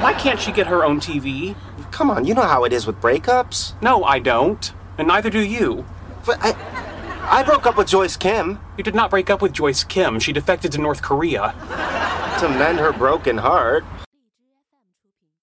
Why can't she get her own TV? Come on, you know how it is with breakups. No, I don't. And neither do you. But I, I broke up with Joyce Kim You did not break up with Joyce Kim. She defected to North Korea. to mend her broken heart.